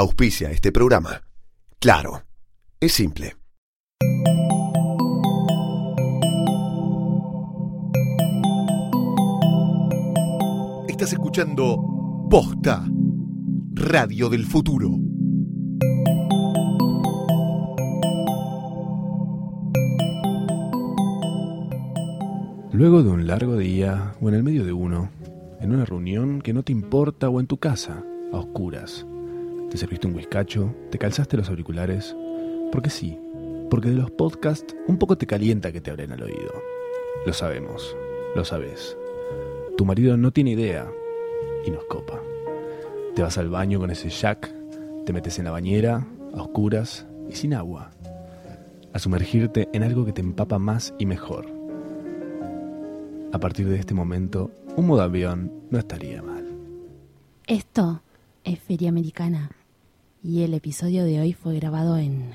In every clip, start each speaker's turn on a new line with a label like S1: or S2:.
S1: Auspicia este programa. Claro, es simple.
S2: Estás escuchando Posta, Radio del Futuro.
S3: Luego de un largo día, o en el medio de uno, en una reunión que no te importa o en tu casa, a oscuras, te serviste un whiskacho, te calzaste los auriculares, porque sí, porque de los podcasts un poco te calienta que te abren al oído. Lo sabemos, lo sabes. Tu marido no tiene idea y nos copa. Te vas al baño con ese jack, te metes en la bañera, a oscuras y sin agua, a sumergirte en algo que te empapa más y mejor. A partir de este momento, un modo avión no estaría mal.
S4: Esto es Feria Americana y el episodio de hoy fue grabado en...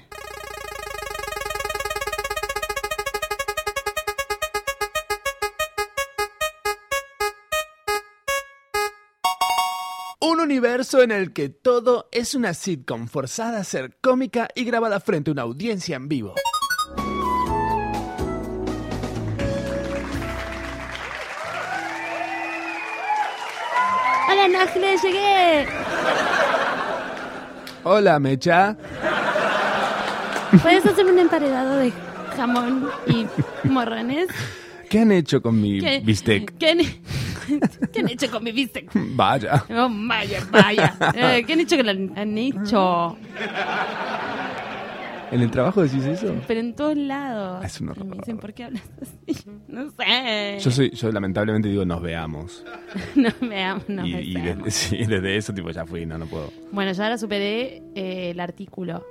S5: Un universo en el que todo es una sitcom forzada a ser cómica y grabada frente a una audiencia en vivo.
S4: ¡Hola, Nájile! ¡Llegué!
S5: Hola, Mecha.
S4: ¿Puedes hacerme un emparedado de jamón y morrones?
S5: ¿Qué han hecho con mi
S4: ¿Qué-
S5: bistec?
S4: ¿Qué, han- qué han hecho con mi bistec?
S5: Vaya.
S4: Oh, vaya, vaya. Eh, ¿Qué han hecho que lo han, han hecho?
S5: ¿En el trabajo decís eso?
S4: Pero en todos lados.
S5: Ah, es un horror.
S4: Y me dicen, ¿por qué hablas así? No sé.
S5: Yo soy, yo lamentablemente digo nos veamos.
S4: No me amo, no
S5: y
S4: me
S5: y
S4: sé.
S5: desde, sí, desde eso tipo ya fui, no, no puedo.
S4: Bueno, ya ahora superé eh, el artículo.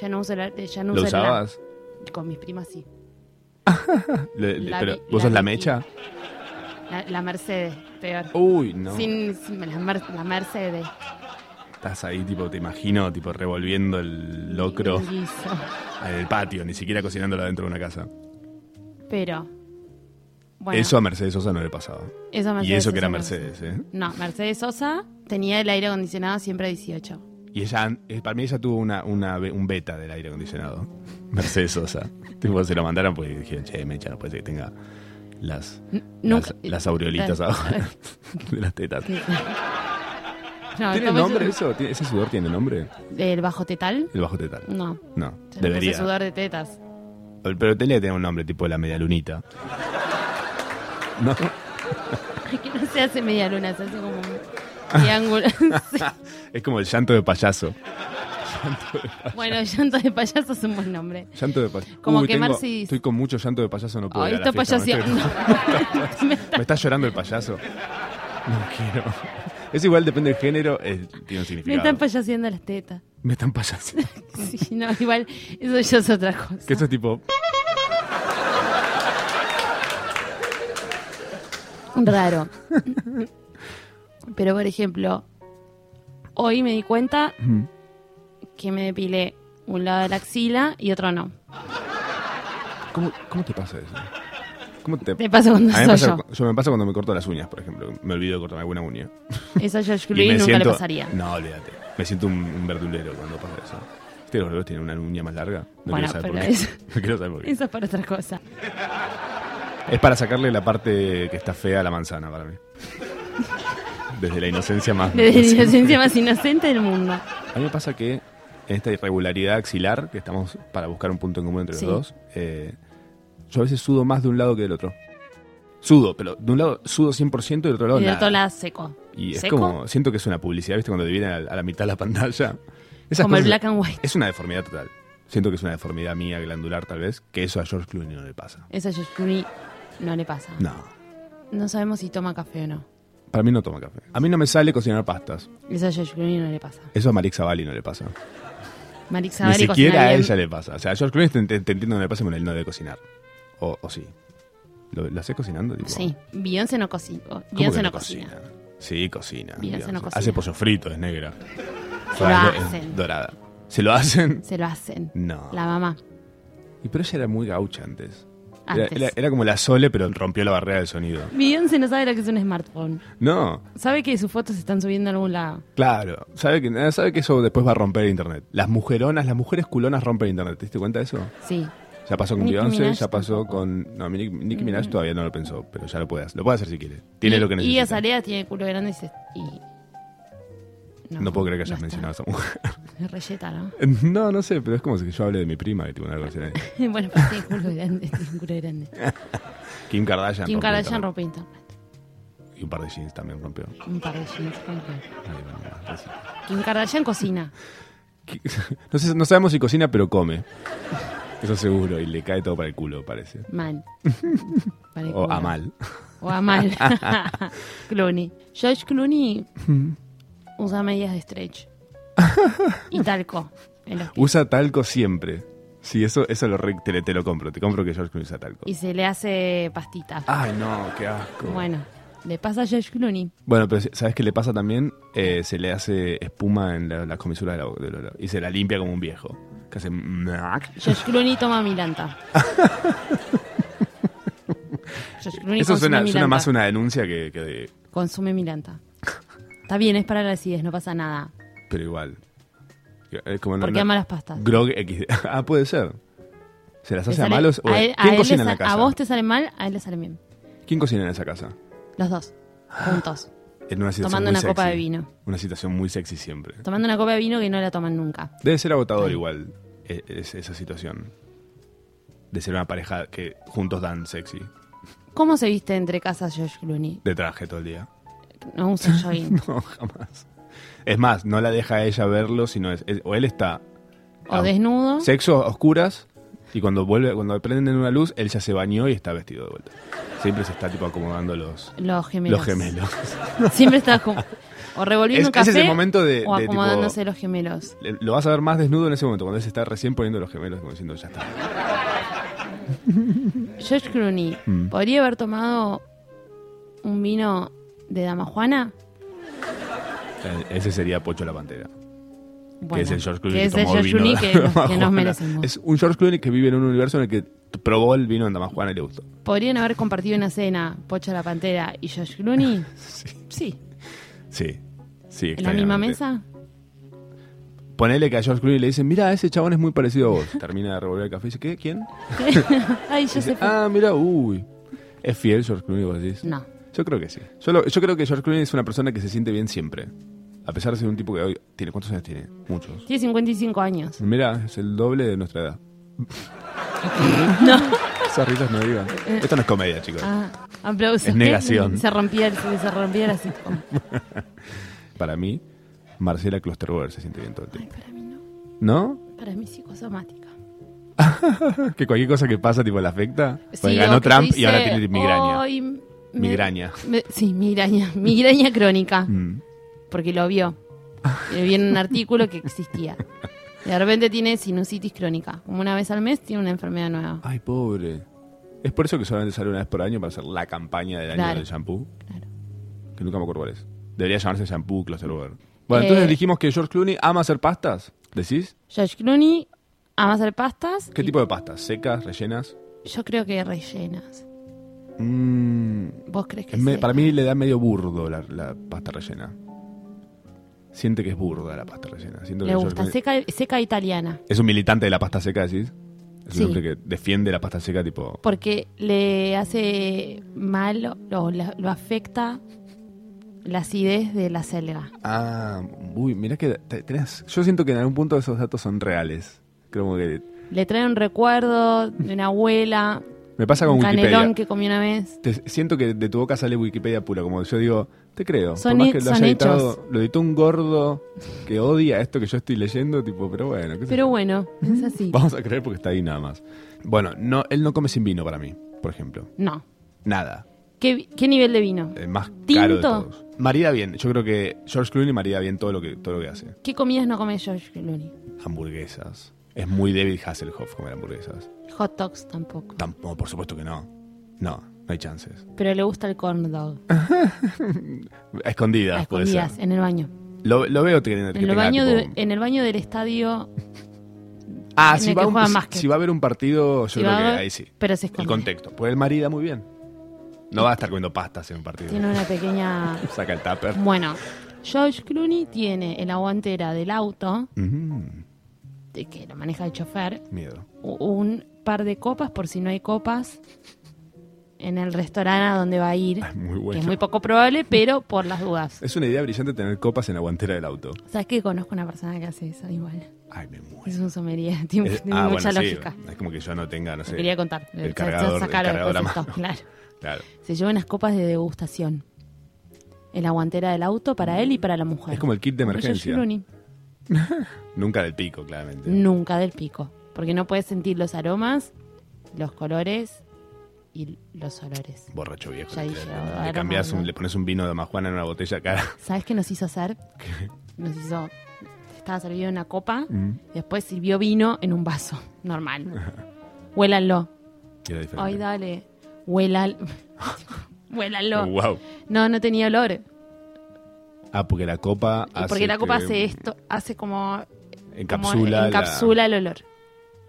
S4: Ya no uso el ar- ya no
S5: ¿Lo
S4: uso el ar-
S5: usabas?
S4: Con mis primas sí.
S5: Le- le-
S4: La
S5: pero,
S4: vi-
S5: ¿Vos
S4: la
S5: sos la
S4: vi-
S5: mecha?
S4: La, la Mercedes, peor.
S5: Uy, Uh, no.
S4: Sin, sin- la, Mer- la Mercedes.
S5: Estás ahí, tipo, te imagino, tipo, revolviendo el locro
S4: El guiso.
S5: en el patio, ni siquiera cocinándolo dentro de una casa.
S4: Pero. Bueno,
S5: Eso a Mercedes Sosa no le pasaba.
S4: eso a
S5: Y
S4: Mercedes
S5: eso que era
S4: Sosa me
S5: Mercedes, ¿eh?
S4: gusta. No, Mercedes Sosa tenía el aire acondicionado siempre a 18.
S5: Y ella, eh, para mí ella tuvo una, una be- un beta del aire acondicionado. Mercedes Sosa. tipo, se lo mandaron porque dijeron, che, mecha, no puede ser que tenga las,
S4: N-
S5: las,
S4: Nunca.
S5: las aureolitas
S4: Ah,
S5: abajo de las tetas.
S4: No,
S5: ¿Tiene
S4: ¿cómo es?
S5: nombre eso? ¿Tiene- ¿Ese sudor tiene nombre?
S4: ¿El bajo tetal?
S5: El bajo tetal.
S4: No.
S5: No,
S4: Yo le
S5: debería.
S4: puse sudor de tetas.
S5: Pero tenía que tener un nombre, tipo la medialunita. ¿No?
S4: Que no se hace media luna, se hace como un triángulo. Sí.
S5: Es como el llanto de payaso.
S4: Bueno, llanto de payaso es un buen nombre.
S5: Llanto de payaso.
S4: Como
S5: Uy,
S4: que
S5: tengo-
S4: Marci dice-
S5: Estoy con mucho llanto de payaso, no puedo
S4: Ay,
S5: ir a la
S4: está
S5: fiesta, me
S4: payaseando.
S5: estoy-
S4: Me está-
S5: ¿Me está llorando el payaso? No quiero. Es igual, depende del género, eh, tiene un
S4: Me
S5: significado.
S4: están payaseando las tetas.
S5: Me están payaseando.
S4: Sí, no, igual, eso ya es otra cosa.
S5: Que eso es tipo.
S4: Raro. Pero, por ejemplo, hoy me di cuenta que me depilé un lado de la axila y otro no.
S5: ¿Cómo, cómo te pasa eso? ¿Cómo te.?
S4: Te pasa cuando
S5: A mí me
S4: soy
S5: pasa-
S4: yo.
S5: yo me pasa cuando me corto las uñas, por ejemplo. Me olvido de cortarme alguna uña.
S4: Eso a George
S5: Y
S4: Clooney
S5: me
S4: nunca
S5: siento-
S4: le pasaría.
S5: No, olvídate. Me siento un, un verdulero cuando pasa eso. ¿Viste que los verduleros tienen una uña más larga? No
S4: Bueno,
S5: quiero saber por
S4: pero
S5: qué.
S4: es-
S5: No quiero saber por qué.
S4: Eso es para otra cosa.
S5: Es para sacarle la parte que está fea a la manzana para mí. Desde la inocencia más.
S4: Desde la inocencia más inocente del mundo.
S5: A mí me pasa que en esta irregularidad axilar, que estamos para buscar un punto en común entre
S4: Sí.
S5: los dos, eh, yo a veces sudo más de un lado que del otro. Sudo, pero de un lado sudo 100% y del otro lado
S4: y de
S5: nada.
S4: otro lado seco.
S5: Y es
S4: ¿Seco?
S5: como, siento que es una publicidad, ¿viste? Cuando dividen a, a la mitad la pantalla. Esas
S4: Como el
S5: cosas-
S4: black and white.
S5: Es una deformidad total. Siento que es una deformidad mía, glandular tal vez, que eso a George Clooney no le pasa.
S4: Eso a George Clooney no le pasa.
S5: No.
S4: No sabemos si toma café o no.
S5: Para mí no toma café. A mí no me sale cocinar pastas.
S4: Eso a George Clooney no le pasa.
S5: Eso a Marix Zavalli no le pasa.
S4: Marix Zavari
S5: Ni siquiera
S4: cocina
S5: a
S4: bien.
S5: ella le pasa. O sea, a George Clooney te, te- te entiendo no le pasa, pero él no debe cocinar. O, o sí. ¿Lo, lo haces cocinando? Tipo?
S4: Sí, Beyoncé no cocina.
S5: ¿Cómo que
S4: Beyoncé
S5: no
S4: no cocina.
S5: Sí, cocina.
S4: Beyoncé no cocina.
S5: Hace pollo frito, es negra.
S4: Se lo
S5: Frango- es
S4: hacen.
S5: Dorada. ¿Se lo hacen?
S4: Se lo hacen.
S5: No.
S4: La mamá.
S5: Y pero ella era muy gaucha antes. Era,
S4: antes.
S5: era- era como la Sole, pero rompió la barrera del sonido.
S4: Mi once no sabe lo que es un smartphone.
S5: No,
S4: Sabe que sus fotos se están subiendo a algún lado.
S5: claro. Sabe que, sabe que eso después va a romper internet. Las mujeronas, las mujeres culonas rompen internet. ¿Te diste cuenta de eso?
S4: Sí.
S5: Ya pasó con
S4: Nicki
S5: Beyoncé,
S4: Minaj
S5: ya pasó
S4: tampoco. Mm.
S5: con. No, Nicki, Nicki Minaj todavía no lo pensó, pero ya lo puede hacer. Lo puede hacer si quiere. Tiene
S4: Y-
S5: lo que
S4: Y
S5: necesita.
S4: Azalea tiene culo grande y... se- y-
S5: no, puedo creer que hayas
S4: no está.
S5: mencionado a esa mujer.
S4: Es relleta, ¿no?
S5: No, no sé, pero es como si yo hable de mi prima que tuvo una relación ahí.
S4: bueno, pues tiene culo grande, tiene un culo grande.
S5: Ah, Kim Kardashian.
S4: Kim
S5: rompió
S4: Kardashian
S5: internet.
S4: rompe internet.
S5: Y un par de jeans también rompió.
S4: Un par de jeans. por ejemplo.
S5: Ay, bueno, nada, sí.
S4: Kim Kardashian cocina.
S5: Qui- No, sé- no sabemos si cocina, pero come. Eso seguro. Y le cae todo para el culo, parece.
S4: Mal. Para el
S5: O
S4: culo.
S5: a mal.
S4: O a mal. Clooney. George Clooney
S5: Hmm.
S4: usa medias de stretch. y talco. en los pies.
S5: Usa talco siempre. Sí, eso, eso lo re- te, te lo compro. Te compro que George Clooney usa talco.
S4: Y se le hace pastita.
S5: Ay, no, qué asco.
S4: Bueno, le pasa a George Clooney.
S5: Bueno, pero ¿sabes qué le pasa también? Eh, se le hace espuma en la- las comisuras de la boca. de la- y se la limpia como un viejo. Que hace...
S4: George Clooney toma Milanta. George Clooney
S5: Eso
S4: consume
S5: suena, suena
S4: Milanta.
S5: más una denuncia que, que de-
S4: Consume Milanta. Está bien, es para la acidez, no pasa nada.
S5: Pero igual. Es como no-
S4: Porque
S5: no-
S4: ama las pastas.
S5: Grog XD. Ah, puede ser. ¿Se las
S4: Le
S5: hace a
S4: sale-
S5: malos? O,
S4: a él- a
S5: ¿Quién
S4: él
S5: cocina
S4: le
S5: en la
S4: sa-
S5: casa?
S4: A vos te sale mal, a él le sale bien.
S5: ¿Quién cocina en esa casa?
S4: Los dos, juntos.
S5: En una situación
S4: Tomando
S5: muy
S4: una copa
S5: sexy.
S4: de vino.
S5: Una situación muy sexy siempre.
S4: Tomando una copa de vino que no la toman nunca.
S5: Debe ser agotador igual e- es- esa situación. De ser una pareja que juntos dan sexy.
S4: ¿Cómo se viste entre casas George Clooney?
S5: De traje todo el día.
S4: No usa jogging.
S5: No, jamás. Es más, no la deja a ella verlo, sino es, es- o él está
S4: O desnudo.
S5: sexo a oscuras y cuando vuelve, cuando prenden una luz, él ya se bañó y está vestido de vuelta. Siempre se está tipo acomodando los,
S4: Los gemelos.
S5: los gemelos.
S4: Siempre está como, o revolviendo
S5: Es-
S4: un café
S5: ese es el momento de-
S4: o
S5: de tipo-
S4: acomodándose los gemelos.
S5: Le- Lo vas a ver más desnudo en ese momento, cuando él se está recién poniendo los gemelos, como diciendo, ya está.
S4: George Clooney,
S5: Mm.
S4: ¿podría haber tomado un vino de Dama Juana?
S5: E- Ese sería Pocho la Pantera.
S4: Bueno,
S5: que es el George Clooney
S4: que
S5: que,
S4: es el
S5: tomó
S4: George
S5: vino
S4: Clooney
S5: de
S4: que, nos- que
S5: Damajuana.
S4: nos merecemos.
S5: Es un George Clooney que vive en un universo en el que t- probó el vino en Damajuana y le gustó.
S4: ¿Podrían haber compartido una cena Pocha la Pantera y George Clooney?
S5: Sí,
S4: Sí.
S5: sí. sí
S4: ¿En la misma
S5: extrañamente.
S4: mesa?
S5: Ponele que a George Clooney le dicen, mira, ese chabón es muy parecido a vos. Termina de revolver el café y dice, ¿qué? ¿Quién?
S4: Ay, yo
S5: Dice,
S4: sé.
S5: ah, mira, uy. ¿Es fiel George Clooney, vos decís?
S4: No.
S5: Yo creo que sí. Yo, lo- yo creo que George Clooney es una persona que se siente bien siempre. A pesar de ser un tipo que hoy tiene, ¿cuántos años tiene? Muchos.
S4: Tiene 55 años.
S5: Mira, es el doble de nuestra edad. No. Esas risas no digan. Esto no es comedia, chicos.
S4: Eh. Ah, aplausos.
S5: Es negación.
S4: Se rompía, el- se rompía la sitcom.
S5: Para mí, Marcela Klosterboer se siente bien todo el
S4: Ay,
S5: tiempo.
S4: para mí no.
S5: ¿No?
S4: Para mí psicosomática.
S5: Que cualquier cosa que pasa, tipo, la afecta. Pues
S4: Sí,
S5: ganó
S4: o que
S5: Trump y
S4: dice,
S5: ahora tiene migraña.
S4: "Ay, me-
S5: Migraña.
S4: me- sí, migraña. Migraña crónica.
S5: Mm.
S4: Porque lo vio. Eh, Vi en un artículo que existía. De repente tiene sinusitis crónica. Como una vez al mes tiene una enfermedad nueva.
S5: Ay, pobre. Es por eso que solamente sale una vez por año para hacer la campaña del año
S4: Claro.
S5: del shampoo.
S4: Claro.
S5: Que nunca me acuerdo cuál es. Debería llamarse shampoo Klosterboer. Bueno,
S4: Eh.
S5: entonces dijimos que George Clooney ama hacer pastas. ¿Decís?
S4: George Clooney ama hacer pastas.
S5: ¿Qué
S4: y
S5: tipo de pastas? ¿Secas? ¿Rellenas?
S4: Yo creo que rellenas.
S5: Mmm...
S4: ¿Vos crees que
S5: Es me-
S4: sea?
S5: para mí le da medio burdo la, la pasta rellena. Siente que es burda la pasta rellena. Siento que
S4: Le
S5: George
S4: gusta.
S5: Clooney-
S4: Seca, seca italiana.
S5: Es un militante de la pasta seca, decís. Es
S4: Sí.
S5: un hombre que defiende la pasta seca, tipo.
S4: Porque le hace mal o- o la- lo afecta la acidez de la selga.
S5: Ah, uy, mirá que. te- tenés- yo siento que en algún punto esos datos son reales. Creo como que.
S4: Le trae un recuerdo de una abuela,
S5: Me pasa con
S4: un
S5: Wikipedia.
S4: canelón que comió una vez.
S5: Te- siento que de tu boca sale Wikipedia pura. Como yo digo, te creo.
S4: Son
S5: Por más
S4: he-
S5: que lo
S4: son
S5: haya editado,
S4: hechos.
S5: lo editó un gordo que odia esto que yo estoy leyendo, tipo, pero bueno, qué sé yo.
S4: Pero bueno, es así.
S5: Vamos a creer porque está ahí nada más. Bueno, no, él no come sin vino para mí, por ejemplo.
S4: No.
S5: Nada.
S4: ¿Qué, qué nivel de vino?
S5: El más caro de
S4: Tinto.
S5: todos. Marida bien. Yo creo que George Clooney marida bien todo lo que, todo lo que hace.
S4: ¿Qué comidas no come George Clooney?
S5: Hamburguesas. Es muy David Hasselhoff comer hamburguesas.
S4: Hot dogs tampoco.
S5: Tampoco, por supuesto que no. No, no hay chances.
S4: Pero le gusta el corn dog.
S5: A Escondidas,
S4: A
S5: puede
S4: escondidas,
S5: ser.
S4: en el baño.
S5: Lo, lo veo que, que
S4: En el,
S5: tenga,
S4: baño
S5: tipo,
S4: de- en el baño del estadio
S5: Ah,
S4: en
S5: si
S4: el
S5: va,
S4: que
S5: un-
S4: juegan
S5: si-
S4: básquet.
S5: si va a haber un partido, yo
S4: Si
S5: creo
S4: va
S5: que
S4: a haber-
S5: ahí sí.
S4: Pero se
S5: El
S4: esconde.
S5: contexto. Pues el marida muy bien. No va a estar comiendo pastas en un partido.
S4: Tiene una pequeña.
S5: Saca el tupper.
S4: Bueno, George Clooney tiene en la guantera del auto,
S5: Mm,
S4: de que lo maneja el chofer,
S5: miedo.
S4: u- un par de copas por si no hay copas en el restaurante a donde va a ir.
S5: Ah, Muy
S4: Que
S5: bueno.
S4: es muy poco probable, pero por las dudas.
S5: Es una idea brillante tener copas en la guantera del auto.
S4: ¿Sabes que conozco una persona que hace eso igual?
S5: Ay, me muero.
S4: Es un somería, tiene,
S5: Es-
S4: tiene
S5: ah,
S4: mucha
S5: bueno, sí.
S4: lógica.
S5: Es como que yo no tenga, no
S4: Te
S5: sé.
S4: quería contar.
S5: El
S4: O sea,
S5: cargador- el
S4: sacaron
S5: cargador
S4: después
S5: a
S4: esto, claro.
S5: Claro.
S4: Se lleva unas copas de degustación en la guantera del auto para él y para la mujer.
S5: Es como el kit de
S4: Como George
S5: emergencia.
S4: Clooney.
S5: Nunca del pico, claramente.
S4: Nunca del pico. Porque no puedes sentir los aromas, los colores y los olores.
S5: Borracho viejo.
S4: Ya ah, dije,
S5: literalmente.
S4: ahora
S5: le cambias
S4: no.
S5: un, le pones un vino de majuana en una botella cara.
S4: ¿Sabes qué nos hizo hacer? Nos hizo. Estaba servido en una copa,
S5: Mm.
S4: y después sirvió vino en un vaso, normal. Huélanlo.
S5: Y era diferente.
S4: Ay, dale. Huélalo. Huélalo.
S5: Oh, Wow.
S4: No, no tenía olor.
S5: Ah, porque la copa
S4: Y
S5: hace.
S4: porque la copa
S5: que
S4: hace esto, hace como. como
S5: Encapsula. la-
S4: encapsula el olor.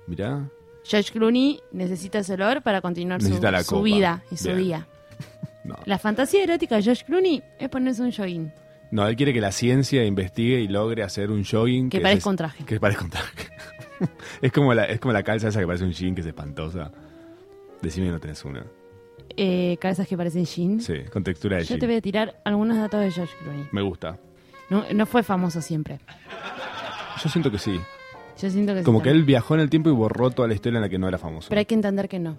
S5: Mirá.
S4: George Clooney necesita ese olor para continuar su,
S5: Necesita la
S4: su
S5: copa.
S4: vida y su
S5: Bien.
S4: día.
S5: No.
S4: La fantasía erótica de George Clooney es ponerse un jogging.
S5: No, él quiere que la ciencia investigue y logre hacer un jogging.
S4: Que
S5: se-
S4: parezca un traje.
S5: Que parezca un traje. es, como la, es como la calza esa que parece un jean que es espantosa. Decime que no tenés una.
S4: Eh, cabezas que parecen jeans.
S5: Sí, con textura de
S4: Yo
S5: jean.
S4: te voy a tirar algunos datos de George Clooney.
S5: Me gusta.
S4: No, no fue famoso siempre.
S5: Yo siento que sí.
S4: Yo siento que sí
S5: Como que
S4: también.
S5: él viajó en el tiempo y borró toda la historia en la que no era famoso.
S4: Pero hay que entender que no.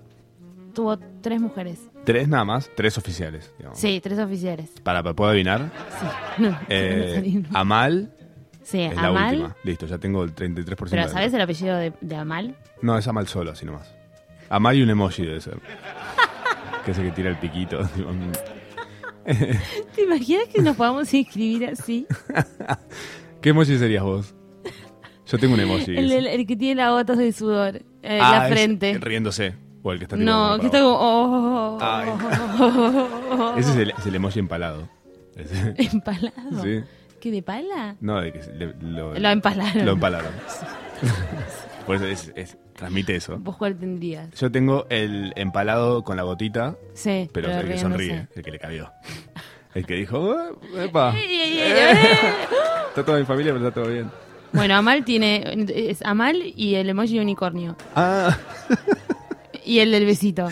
S4: Tuvo tres mujeres.
S5: Tres nada más, tres oficiales. digamos.
S4: Sí, tres oficiales.
S5: Para, para- ¿puedo adivinar?
S4: Sí. No, no, no
S5: Eh,
S4: salí, no.
S5: Amal
S4: Sí,
S5: es la
S4: Eh, Amal.
S5: última. Listo, ya tengo el 33%.
S4: Pero
S5: de-
S4: ¿sabes el apellido de, de Amal?
S5: No, es Amal solo, así nomás. Amal y un emoji debe ser. que es el que tira el piquito. tipo, mm.
S4: ¿Te imaginas que nos podamos inscribir así?
S5: ¿Qué emoji serías vos? Yo tengo un emoji.
S4: El,
S5: que es-
S4: el- el que tiene las gotas de sudor eh,
S5: Ah,
S4: la
S5: es
S4: frente.
S5: riéndose. O el que está tipo
S4: No,
S5: como
S4: que está
S5: para
S4: como. oh,
S5: Ay. Ese es el, es el emoji empalado. Ese-
S4: empalado.
S5: Sí.
S4: ¿Qué de pala?
S5: No, de que se- le- lo,
S4: Lo empalaron.
S5: Lo empalaron. Por eso es- es- transmite eso.
S4: ¿Vos cuál tendrías?
S5: Yo tengo el empalado con la gotita,
S4: Sí.
S5: pero, el que
S4: riéndose.
S5: sonríe, el que le cabió. El que dijo, "Eh, epa,
S4: Ey, ey, ey, ey.
S5: está toda mi familia, pero está todo bien.
S4: Bueno, Amal tiene. Es Amal y el emoji de unicornio.
S5: Ah,
S4: Y el del besito.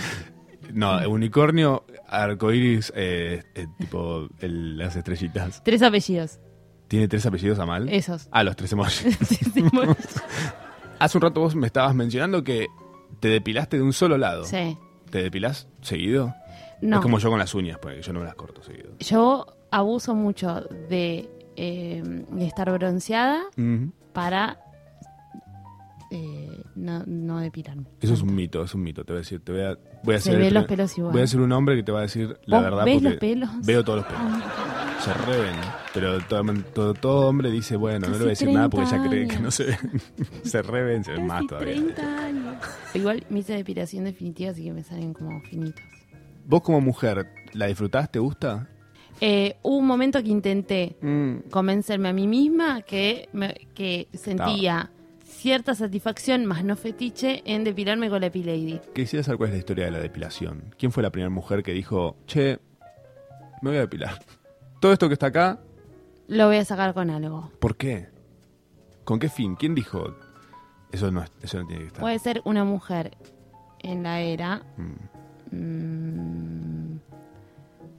S5: no, unicornio, arcoiris, eh, eh, tipo el- las estrellitas.
S4: Tres apellidos.
S5: ¿Tiene tres apellidos a mal?
S4: Esos.
S5: Ah, los tres emojis.
S4: Sí, sí, bueno.
S5: Hace un rato vos me estabas mencionando que te depilaste de un solo lado.
S4: sí.
S5: ¿Te depilás seguido?
S4: No.
S5: Es como yo con las uñas, porque yo no me las corto seguido.
S4: Yo abuso mucho de, eh, de estar bronceada para eh, no, no depilarme.
S5: Eso es un mito, es un mito. Te voy a decir, te voy a, voy a
S4: Se
S5: ser el
S4: ven los
S5: primer-
S4: pelos igual.
S5: Voy a ser un hombre que te va a decir la
S4: ¿Vos
S5: verdad.
S4: ves
S5: porque
S4: los pelos?
S5: Veo todos los pelos. Se reven. Pero todo, todo- todo hombre dice, bueno, no le voy a
S4: Casi
S5: decir nada porque
S4: 30
S5: ella cree que
S4: años.
S5: no se ven. se reven, se ven más
S4: Casi
S5: todavía.
S4: 30 años. Igual me hice depilación definitiva, así que me salen como finitos.
S5: Vos como mujer, ¿la disfrutás? ¿Te gusta?
S4: Eh, hubo un momento que intenté convencerme a mí misma que, me- que sentía cierta satisfacción, más no fetiche, en depilarme con la Epilady.
S5: Quisiera saber cuál es la historia de la depilación. ¿Quién fue la primera mujer que dijo, che, me voy a depilar? Todo esto que está acá,
S4: Lo voy a sacar con algo.
S5: ¿por qué? ¿Con qué fin? ¿Quién dijo? Eso no, es- eso no tiene que estar.
S4: Puede ser una mujer en la era. mm,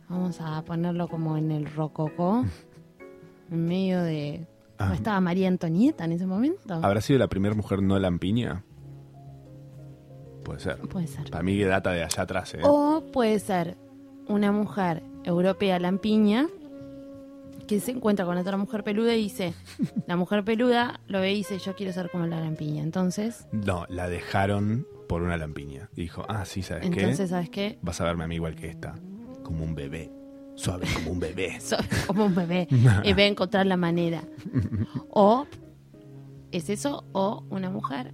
S4: vamos a ponerlo como en el rococó. en medio de. ¿No estaba María Antonieta en ese momento?
S5: ¿Habrá sido la primera mujer no lampiña? Puede ser.
S4: Puede ser.
S5: Para mí que data de allá atrás, ¿eh?
S4: O puede ser una mujer europea lampiña que se encuentra con otra mujer peluda y dice: La mujer peluda lo ve y dice: Yo quiero ser como la lampiña. Entonces,
S5: No, la dejaron por una lampiña. Y dijo, ah, sí, ¿sabes
S4: entonces ¿sabes qué?
S5: qué? Vas a verme a mí igual que esta. Como un bebé. Suave como un bebé.
S4: Soy como un bebé y voy a encontrar la manera. O es eso, o una mujer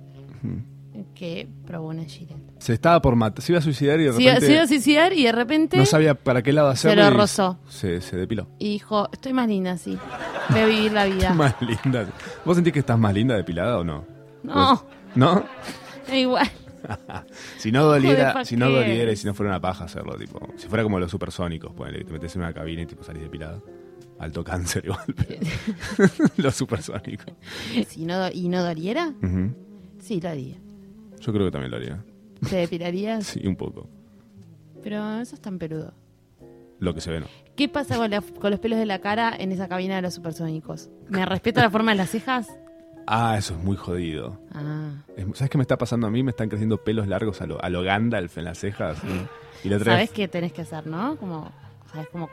S4: que probó una Gillette.
S5: Se estaba por matar. Se iba a suicidar y de
S4: Se iba-
S5: repente...
S4: se iba a suicidar y de repente
S5: No sabía para qué lado hacerlo.
S4: lo
S5: y
S4: rozó.
S5: Se, se depiló.
S4: y dijo, estoy más linda así, voy a vivir la vida.
S5: Más linda. ¿Vos sentís que estás más linda depilada o no?
S4: No,
S5: Vos- ¿No?
S4: Igual.
S5: Si no
S4: Joder, ¿pa'
S5: doliera, si no
S4: qué?
S5: doliera y si no fuera una paja hacerlo, tipo. Si fuera como los supersónicos, ponele, que te metes en una cabina y tipo salís depilada. Alto cáncer igual, pero. los supersónicos.
S4: Si no, do- ¿Y no doliera?
S5: Ujú.
S4: Sí, lo haría.
S5: Yo creo que también lo haría.
S4: ¿Te depilarías?
S5: Sí, un poco.
S4: Pero eso es tan peludo.
S5: Lo que se ve, ¿no?
S4: ¿Qué pasa con, la- con los pelos de la cara en esa cabina de los supersónicos? ¿Me respeto la forma de las cejas?
S5: Ah, eso es muy jodido.
S4: Ah.
S5: Es- ¿Sabes qué me está pasando a mí? Me están creciendo pelos largos a lo, a lo Gandalf en las cejas. Y la otra
S4: ¿Sabes
S5: vez,
S4: qué tenés que hacer, no? Como, ¿sabes cómo?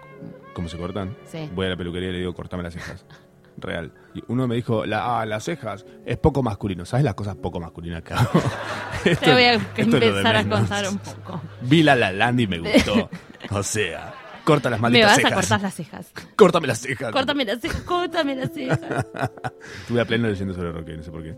S5: ¿cómo se cortan?
S4: Sí.
S5: Voy a la peluquería y le digo, cortame las cejas. Real. Y uno me dijo, la, ah, las cejas es poco masculino. ¿Sabes las cosas poco masculinas que hago? Esto-
S4: Te voy a
S5: esto es lo de
S4: empezar a
S5: menos.
S4: contar un poco.
S5: Vi la La Land y me gustó. O sea, corta las
S4: Me
S5: malditas
S4: vas
S5: cejas.
S4: a cortar las cejas.
S5: Córtame las cejas.
S4: Córtame las cejas, córtame las cejas.
S5: Estuve a pleno leyendo sobre Roque, no sé por qué.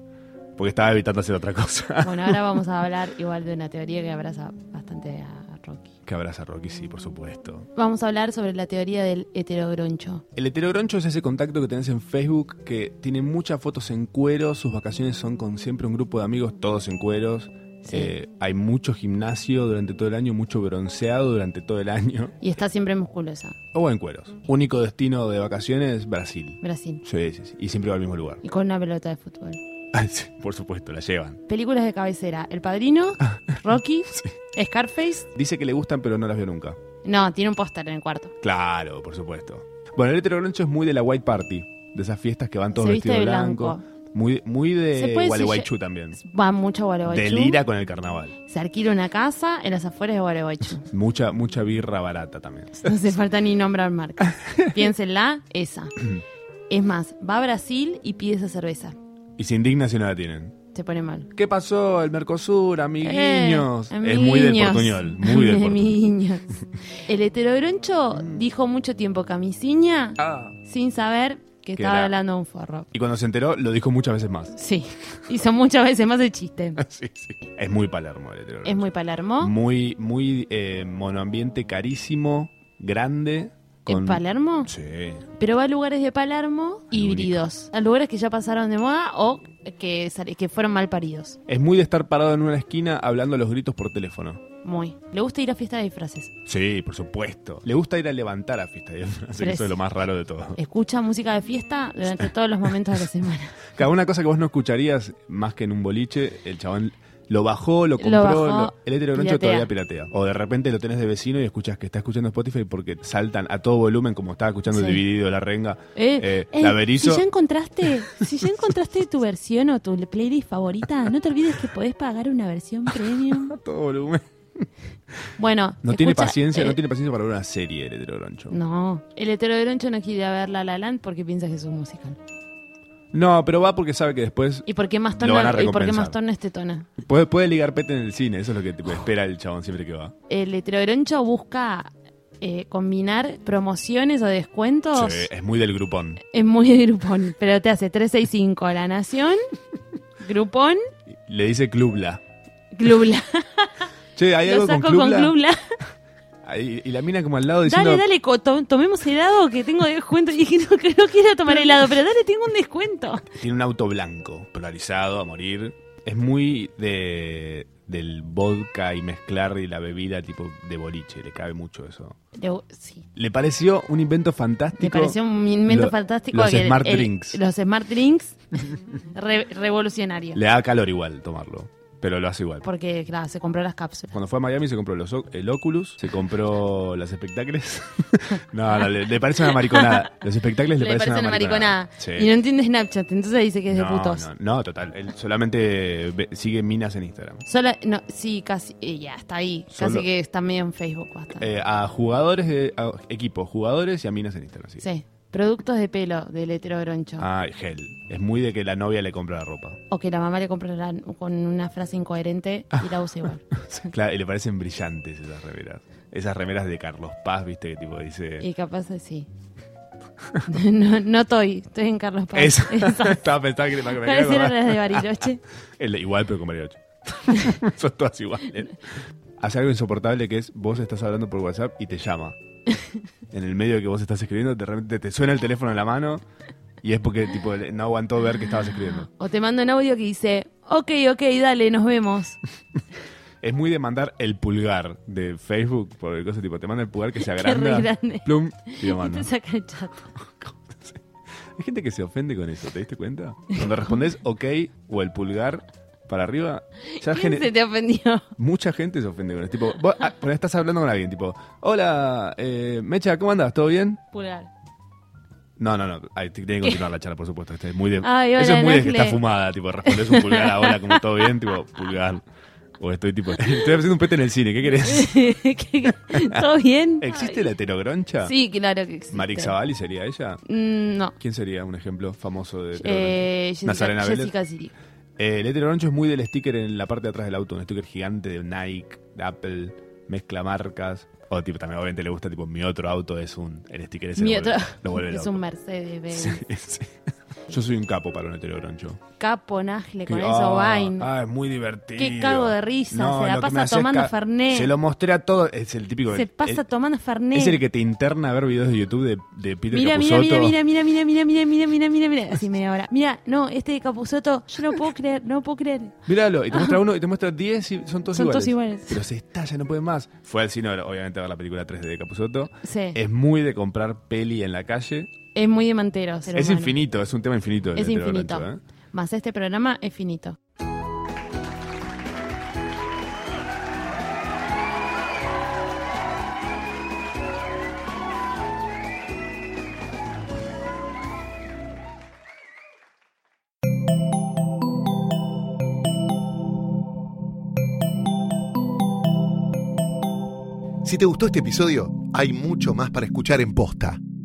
S5: Porque estaba evitando hacer otra cosa.
S4: Bueno, ahora vamos a hablar igual de una teoría que abraza bastante a Rocky.
S5: que abraza a Rocky, sí, por supuesto.
S4: Vamos a hablar sobre la teoría del heterogroncho.
S5: El heterogroncho es ese contacto que tenés en Facebook que tiene muchas fotos en cuero, sus vacaciones son con siempre un grupo de amigos, todos en cueros.
S4: Sí.
S5: Eh, hay mucho gimnasio durante todo el año, mucho bronceado durante todo el año.
S4: Y está siempre musculosa.
S5: O en cueros. Único destino de vacaciones, Brasil.
S4: Brasil.
S5: Sí, sí, sí. Y siempre va al mismo lugar.
S4: Y con una pelota de fútbol.
S5: Ay, sí, por supuesto, la llevan.
S4: Películas de cabecera. El Padrino, Rocky,
S5: Sí.
S4: Scarface.
S5: Dice que le gustan, pero no las vio nunca.
S4: No, tiene un póster en el cuarto.
S5: Claro, por supuesto. Bueno, el heterogroncho es muy de la white party, de esas fiestas que van todos
S4: Se viste
S5: vestidos
S4: de
S5: de
S4: blanco.
S5: blanco. Muy, muy
S4: Se
S5: de
S4: puede
S5: Gualeguaychú también.
S4: Va mucho a Gualeguaychú.
S5: Delira con el carnaval.
S4: Se alquila una casa en las afueras de Gualeguaychú.
S5: Mucha, mucha birra barata también.
S4: No hace falta ni nombrar marcas. Piénsenla, esa. Es más, va a Brasil y pide esa cerveza.
S5: Y se indigna si no la tienen.
S4: Se pone mal.
S5: ¿Qué pasó? El Mercosur, amiguiños.
S4: Eh,
S5: es muy del
S4: amiguiños.
S5: portuñol. Muy del portuñol. Mm.
S4: Amiguiños. El heterogroncho dijo mucho tiempo camisinha
S5: Ah.
S4: sin saber que
S5: Que
S4: estaba
S5: era-
S4: hablando de un forro.
S5: Y cuando se enteró, lo dijo muchas veces más.
S4: Sí, hizo muchas veces más el chiste.
S5: Sí, sí. Es muy Palermo el heterogroncho.
S4: Es muy Palermo.
S5: Muy, muy eh, monoambiente carísimo, grande.
S4: ¿En Palermo?
S5: Sí.
S4: Pero va a lugares de Palermo híbridos. A lugares que ya pasaron de moda o que, sal- que fueron mal paridos.
S5: Es muy de estar parado en una esquina hablando a los gritos por teléfono.
S4: Muy. Le gusta ir a fiestas de disfraces.
S5: Sí, por supuesto. Le gusta ir a levantar a fiesta. de disfraces,
S4: Pero
S5: que Eso
S4: es-
S5: es lo más raro de todo.
S4: Escucha música de fiesta durante todos los momentos de la semana.
S5: Cada una cosa que vos no escucharías más que en un boliche, el chabón lo bajó, lo
S4: Lo
S5: compró,
S4: bajó,
S5: lo- el heterogroncho
S4: piratea.
S5: todavía piratea. O de repente lo tenés de vecino y escuchas que está escuchando Spotify porque saltan a todo volumen, como estaba escuchando
S4: Sí.
S5: el dividido, la renga.
S4: Eh,
S5: Eh,
S4: eh,
S5: la Berizo.
S4: Si ya encontraste, si ya encontraste tu versión o tu playlist favorita, no te olvides que podés pagar una versión premium.
S5: A todo volumen.
S4: Bueno,
S5: No tiene
S4: escucha,
S5: paciencia,
S4: eh,
S5: no tiene paciencia para ver una serie el heterogroncho.
S4: No, el heterodroncho no quiere ir a ver La La Land porque piensa que es un musical.
S5: No, pero va porque sabe que después
S4: ¿Y por qué más
S5: Lo van a
S4: tono, y por qué
S5: recompensar.
S4: más tono este tono?
S5: puede, puede ligar pete en el cine. Eso es lo que tipo, espera el chabón siempre que va.
S4: El heterodroncho busca eh, combinar promociones o descuentos.
S5: Sí, es muy del grupón.
S4: Es muy de grupón, pero te hace 365 La Nación, Grupón,
S5: Le dice Clubla.
S4: Clubla.
S5: Che, ¿hay
S4: Lo
S5: algo con
S4: saco con
S5: Clubla?
S4: Clubla.
S5: Ahí- Y, la mina como al lado diciendo...
S4: Dale, dale, co- to- tomemos helado que tengo descuento. Y dije, no, que no quiero tomar helado, pero dale, tengo un descuento.
S5: Tiene un auto blanco, polarizado, a morir. Es muy de del vodka y mezclar y la bebida tipo de boliche. Le cabe mucho eso.
S4: Le- sí.
S5: Le pareció un invento
S4: Me
S5: fantástico.
S4: pareció un invento
S5: lo-
S4: fantástico.
S5: los
S4: que el-
S5: smart
S4: el-
S5: drinks.
S4: Los smart drinks re- revolucionarios.
S5: Le da calor igual tomarlo, pero lo hace igual.
S4: Porque, claro, se compró las cápsulas.
S5: Cuando fue a Miami se compró los, o- el Oculus, se compró las espectáculos. no, no, le, le parece una mariconada. Los espectáculos le,
S4: Le parece una mariconada.
S5: Sí.
S4: Y no entiende Snapchat, entonces dice que es de
S5: No,
S4: putos.
S5: no, no, total. Él solamente ve- sigue minas en Instagram.
S4: Solo, no, sí, casi, eh, ya, está ahí.
S5: Solo-
S4: Casi que está medio en Facebook bastante.
S5: Eh, a jugadores de a equipos, jugadores y a minas en Instagram, sí.
S4: sí. Productos de pelo del heterogroncho.
S5: Ah, gel. Es muy de que la novia le compra la ropa.
S4: O que la mamá le compra la- con una frase incoherente y la usa igual.
S5: Claro, y le parecen brillantes esas remeras. Esas remeras de Carlos Paz, viste, que tipo dice.
S4: Y capaz de sí. No, no estoy, estoy en Carlos Paz.
S5: Eso.
S4: Esas.
S5: Estaba pensando que me- me
S4: ¿Cuáles
S5: quedaba
S4: eran
S5: con-
S4: las de Bariloche?
S5: El de- igual, pero con mariachi. Son todas iguales. Hace algo insoportable que es vos estás hablando por WhatsApp y te llama. En el medio que vos estás escribiendo, de repente te suena el teléfono en la mano y es porque tipo no aguantó ver que estabas escribiendo.
S4: O te mando un audio que dice, ok, ok, dale, nos vemos.
S5: Es muy de mandar el pulgar de Facebook, por el cosa tipo, te manda el pulgar que se
S4: re
S5: agranda.
S4: grande.
S5: Plum, y lo
S4: Y
S5: manda.
S4: te saca el chat.
S5: Hay gente que se ofende con eso, ¿te diste cuenta? Cuando respondes ok o el pulgar para arriba, ya
S4: ¿Quién
S5: gene-
S4: se te ofendió?
S5: mucha gente se ofende con eso. Tipo, vos ah, pero estás hablando con alguien, tipo, hola, eh, Mecha, ¿cómo andas? ¿Todo bien?
S4: Pulgar.
S5: No, no, no. Ahí t- tiene que continuar la charla, por supuesto. Este es muy de-
S4: Ay, hola,
S5: eso es muy de que
S4: Nestle.
S5: está fumada. Tipo, respondes un pulgar a hola, como todo bien, tipo, pulgar. O estoy tipo, estoy haciendo un pete en el cine, ¿qué querés?
S4: ¿Qué- ¿Todo bien?
S5: ¿Existe la heterogroncha?
S4: Sí, claro que existe.
S5: ¿Marix Zavalli sería ella?
S4: Mm, No.
S5: ¿Quién sería un ejemplo famoso de heterogroncha?
S4: Eh, Jessica,
S5: Nazarena Vélez.
S4: Jessica Siri.
S5: Eh, el heterogroncho es muy del sticker en la parte de atrás del auto, un sticker gigante de Nike, de Apple, mezcla marcas. O tipo, también obviamente le gusta, tipo, mi otro auto es un. El sticker ese
S4: Mi
S5: lo vuelve-
S4: otro-
S5: lo vuelve
S4: es
S5: loco.
S4: un Mercedes, Benz.
S5: Sí, sí. Yo soy un capo para un heterogroncho.
S4: Capo, Nagle,
S5: Que-
S4: con
S5: ah,
S4: eso, Vine.
S5: Ah, es muy divertido.
S4: Qué cago de risa, se
S5: lo
S4: la
S5: que
S4: pasa
S5: me hace es
S4: tomando
S5: ca-
S4: Fernet.
S5: Se lo mostré a todo. Es el típico.
S4: Se pasa
S5: el-
S4: tomando Fernet.
S5: Es el que te interna a ver videos de YouTube de, de Peter
S4: Mira, mira,
S5: Capusotto.
S4: mira, mira, mira, mira, mira, mira, mira, mira, mira, mira. Así media hora. Mira, no, este de Capuzoto, yo no puedo creer, no puedo creer.
S5: Míralo, y te muestra uno y te muestra 10 y son todos
S4: Ah. Son
S5: iguales.
S4: todos iguales.
S5: Pero se estalla, no puede más. Fue al cine, obviamente, a ver la película 3D de Capusotto.
S4: Sí.
S5: Es muy de comprar peli en la calle.
S4: Es muy de manteros.
S5: es infinito, es un tema infinito. el
S4: Es
S5: heterogroncho,
S4: infinito.
S5: ¿eh?
S4: Más este programa es finito.
S2: Si te gustó este episodio, hay mucho más para escuchar en Posta.